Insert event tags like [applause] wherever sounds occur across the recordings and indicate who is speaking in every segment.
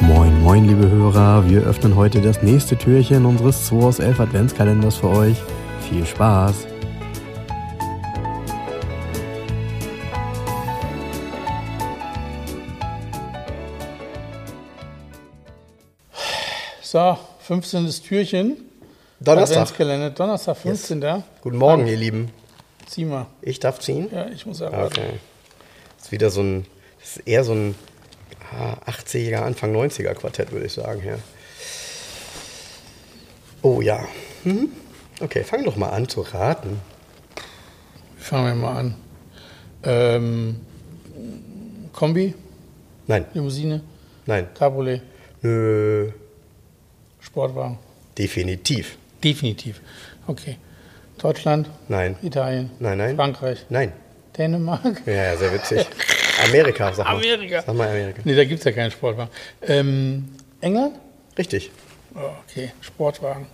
Speaker 1: Moin, moin, liebe Hörer. Wir öffnen heute das nächste Türchen unseres 2 aus 11 Adventskalenders für euch. Viel Spaß!
Speaker 2: So, 15. Türchen.
Speaker 3: Donnerstag.
Speaker 2: Adventskalender, Donnerstag, 15.
Speaker 3: Guten Morgen, ihr Lieben.
Speaker 2: Zieh mal.
Speaker 3: Ich darf ziehen?
Speaker 2: Ja, ich muss erwarten.
Speaker 3: Okay. Das ist wieder so ein, das ist eher so ein ah, 80er, Anfang 90er Quartett, würde ich sagen, ja. Oh ja. Mhm. Okay, fang doch mal an zu raten.
Speaker 2: Fangen wir mal an. Ähm, Kombi,
Speaker 3: Nein,
Speaker 2: Limousine,
Speaker 3: nein.
Speaker 2: Cabriolet,
Speaker 3: Nö,
Speaker 2: Sportwagen.
Speaker 3: definitiv.
Speaker 2: Definitiv. Okay. Deutschland,
Speaker 3: Nein,
Speaker 2: Italien,
Speaker 3: nein, nein.
Speaker 2: Frankreich,
Speaker 3: Nein.
Speaker 2: Dänemark.
Speaker 3: Ja, ja, sehr witzig. Amerika, sag mal.
Speaker 2: Amerika.
Speaker 3: Sag mal Amerika.
Speaker 2: [laughs] Nee, da gibt es ja keinen Sportwagen. Ähm, England?
Speaker 3: Richtig.
Speaker 2: Oh, okay, Sportwagen.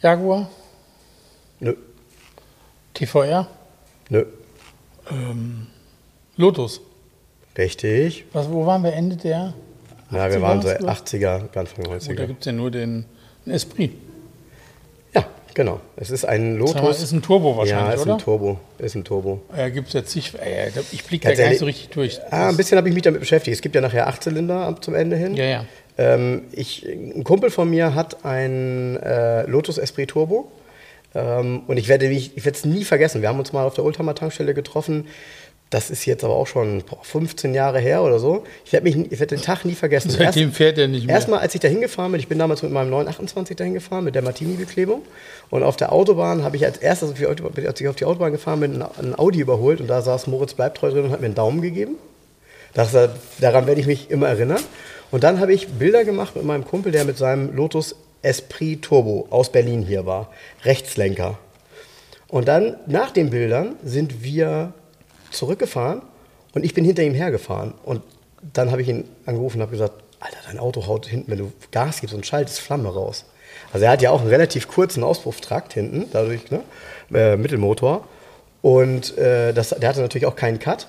Speaker 2: Jaguar,
Speaker 3: Nö,
Speaker 2: TVR,
Speaker 3: nö.
Speaker 2: Ähm, Lotus.
Speaker 3: Richtig.
Speaker 2: Was, wo waren wir? Ende der?
Speaker 3: Na,
Speaker 2: 80er
Speaker 3: wir waren so
Speaker 2: war's, glaub ich.
Speaker 3: 80er, Anfang
Speaker 2: Oh, da
Speaker 3: 90er.
Speaker 2: gibt es ja nur den, den Esprit.
Speaker 3: Ja, genau. Es ist ein Lotus.
Speaker 2: Sag mal, ist ein Turbo
Speaker 3: ja,
Speaker 2: wahrscheinlich,
Speaker 3: ist
Speaker 2: oder?
Speaker 3: ein Turbo. Ist ein Turbo.
Speaker 2: Ja, gibt es ja zig. Ey, ich blicke da
Speaker 3: Ganz
Speaker 2: gar nicht
Speaker 3: ehrlich-
Speaker 2: so richtig durch.
Speaker 3: Ah, ein bisschen habe ich mich damit beschäftigt. Es gibt ja nachher Achtzylinder ab zum Ende hin.
Speaker 2: Ja, ja.
Speaker 3: Ähm, ich, ein Kumpel von mir hat ein äh, Lotus Esprit Turbo. Ähm, und ich werde mich- ich werde es nie vergessen. Wir haben uns mal auf der Ultramar-Tankstelle getroffen. Das ist jetzt aber auch schon boah, 15 Jahre her oder so. Ich werde mich, ich werde den Tag nie
Speaker 2: [laughs]
Speaker 3: vergessen.
Speaker 2: Seitdem fährt er nicht mehr.
Speaker 3: Erstmal, als ich da hingefahren bin, ich bin damals mit meinem 928 dahin gefahren, mit der Martini-Beklebung. Und auf der Autobahn habe ich als erstes, als ich auf die- als ich auf die Autobahn gefahren bin, einen Audi überholt. Und da saß Moritz Bleibtreu drin und hat mir einen Daumen gegeben. Das, äh, daran werde ich mich immer erinnern. Und dann habe ich Bilder gemacht mit meinem Kumpel, der mit seinem Lotus Esprit Turbo aus Berlin hier war. Rechtslenker. Und dann, nach den Bildern, sind wir zurückgefahren und ich bin hinter ihm hergefahren. Und dann habe ich ihn angerufen und habe gesagt, Alter, dein Auto haut hinten, wenn du Gas gibst und schaltest Flamme raus. Also er hat ja auch einen relativ kurzen Auspufftrakt hinten, dadurch, ne? äh, Mittelmotor. Und äh, das, der hatte natürlich auch keinen Cut.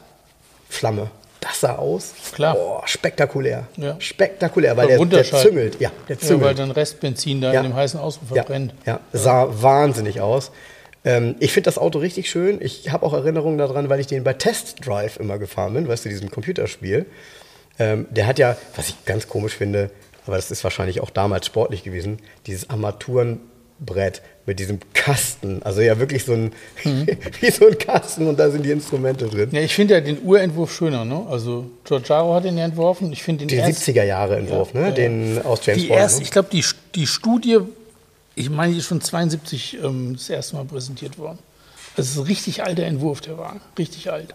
Speaker 3: Flamme. Das sah aus.
Speaker 2: Klar.
Speaker 3: Boah, spektakulär.
Speaker 2: Ja.
Speaker 3: Spektakulär,
Speaker 2: Beim
Speaker 3: weil der, der
Speaker 2: Runterschalten.
Speaker 3: züngelt. Ja, der
Speaker 2: ja, weil
Speaker 3: züngelt.
Speaker 2: dann Restbenzin da in dem heißen Auspuff
Speaker 3: ja,
Speaker 2: verbrennt.
Speaker 3: Ja, sah wahnsinnig aus. Ähm, ich finde das Auto richtig schön. Ich habe auch Erinnerungen daran, weil ich den bei Test Drive immer gefahren bin, weißt du, diesem Computerspiel. Ähm, der hat ja, was ich ganz komisch finde, aber das ist wahrscheinlich auch damals sportlich gewesen, dieses Armaturenbrett mit diesem Kasten. Also ja wirklich so ein, [laughs] wie so ein Kasten und da sind die Instrumente drin.
Speaker 2: Mhm. Ja, ich finde ja den Urentwurf schöner, ne? Also Giorgiaro hat ihn ja entworfen. Ich finde den
Speaker 3: Den
Speaker 2: erst,
Speaker 3: 70er Jahre Entwurf,
Speaker 2: Ja,
Speaker 3: ne?
Speaker 2: ja.
Speaker 3: Den aus James
Speaker 2: die
Speaker 3: Bond.
Speaker 2: erst,
Speaker 3: ne?
Speaker 2: ich glaube, die, die Studie, ich meine, die ist schon 72 ähm, das erste Mal präsentiert worden. Das ist ein richtig alter Entwurf, der Wagen. Richtig alt.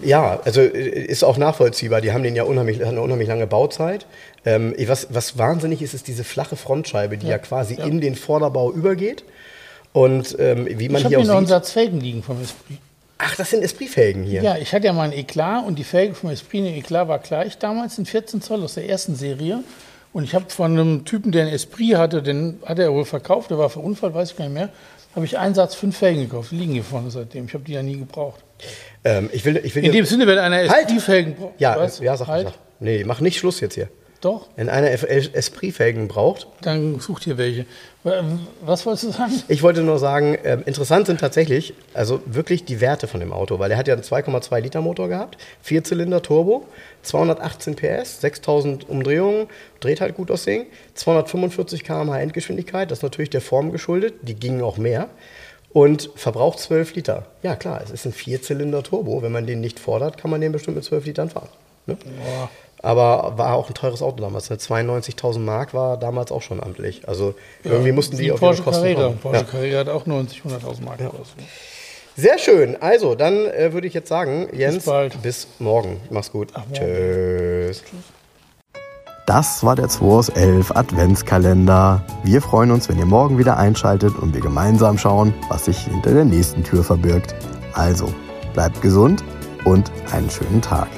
Speaker 3: Ja, also äh, ist auch nachvollziehbar. Die haben den ja unheimlich, hatten eine unheimlich lange Bauzeit. Ähm, was, was wahnsinnig ist, ist diese flache Frontscheibe, die ja, quasi
Speaker 2: ja.
Speaker 3: in den Vorderbau übergeht. Und ähm, wie man
Speaker 2: Ich habe
Speaker 3: hier
Speaker 2: hier noch
Speaker 3: auch
Speaker 2: einen
Speaker 3: sieht,
Speaker 2: Satz Felgen liegen vom Esprit.
Speaker 3: ach, das sind Espritfelgen hier.
Speaker 2: Ja, ich hatte ja mal einen Eklat und die Felge vom Esprit in den Eklat war gleich damals, ein 14 Zoll aus der ersten Serie. Und ich habe von einem Typen, der einen Esprit hatte, den hat er wohl verkauft, der war verunfallt, weiß ich gar nicht mehr, habe ich einen Satz fünf Felgen gekauft. Die liegen hier vorne seitdem. Ich habe die ja nie gebraucht.
Speaker 3: Ähm, ich will, ich will
Speaker 2: In dem Sinne, wenn einer
Speaker 3: Halt!
Speaker 2: Esprit-Felgen braucht.
Speaker 3: ja,
Speaker 2: weißt
Speaker 3: äh, ja, sag,
Speaker 2: halt,
Speaker 3: sag. Nee, mach nicht Schluss jetzt hier.
Speaker 2: Doch,
Speaker 3: Wenn einer F- Es- Espritfelgen braucht,
Speaker 2: dann sucht ihr welche. Was wolltest du sagen?
Speaker 3: Ich wollte nur sagen, ähm, interessant sind tatsächlich, also wirklich die Werte von dem Auto, weil er hat ja einen 2,2 Liter Motor gehabt, Vierzylinder Turbo, 218 PS, 6000 Umdrehungen, dreht halt gut das Ding, 245 km/h Endgeschwindigkeit, das ist natürlich der Form geschuldet, die gingen auch mehr und verbraucht 12 Liter. Ja klar, es ist ein Vierzylinder Turbo, wenn man den nicht fordert, kann man den bestimmt mit 12 Litern fahren. Ne? Aber war auch ein teures Auto damals. Ne? 92.000 Mark war damals auch schon amtlich. Also irgendwie mussten die
Speaker 2: Wie
Speaker 3: auf
Speaker 2: Porsche
Speaker 3: ihre Kosten
Speaker 2: Carrera.
Speaker 3: kommen.
Speaker 2: Porsche
Speaker 3: Ja.
Speaker 2: Carrera hat auch 90, 100.000 Mark gekostet.
Speaker 3: Sehr schön. Also, dann äh, würde ich jetzt sagen, Jens,
Speaker 2: bald.
Speaker 3: bis morgen. Mach's gut. Tschüss.
Speaker 1: Das war der 2 aus 11 Adventskalender. Wir freuen uns, wenn ihr morgen wieder einschaltet und wir gemeinsam schauen, was sich hinter der nächsten Tür verbirgt. Also, bleibt gesund und einen schönen Tag.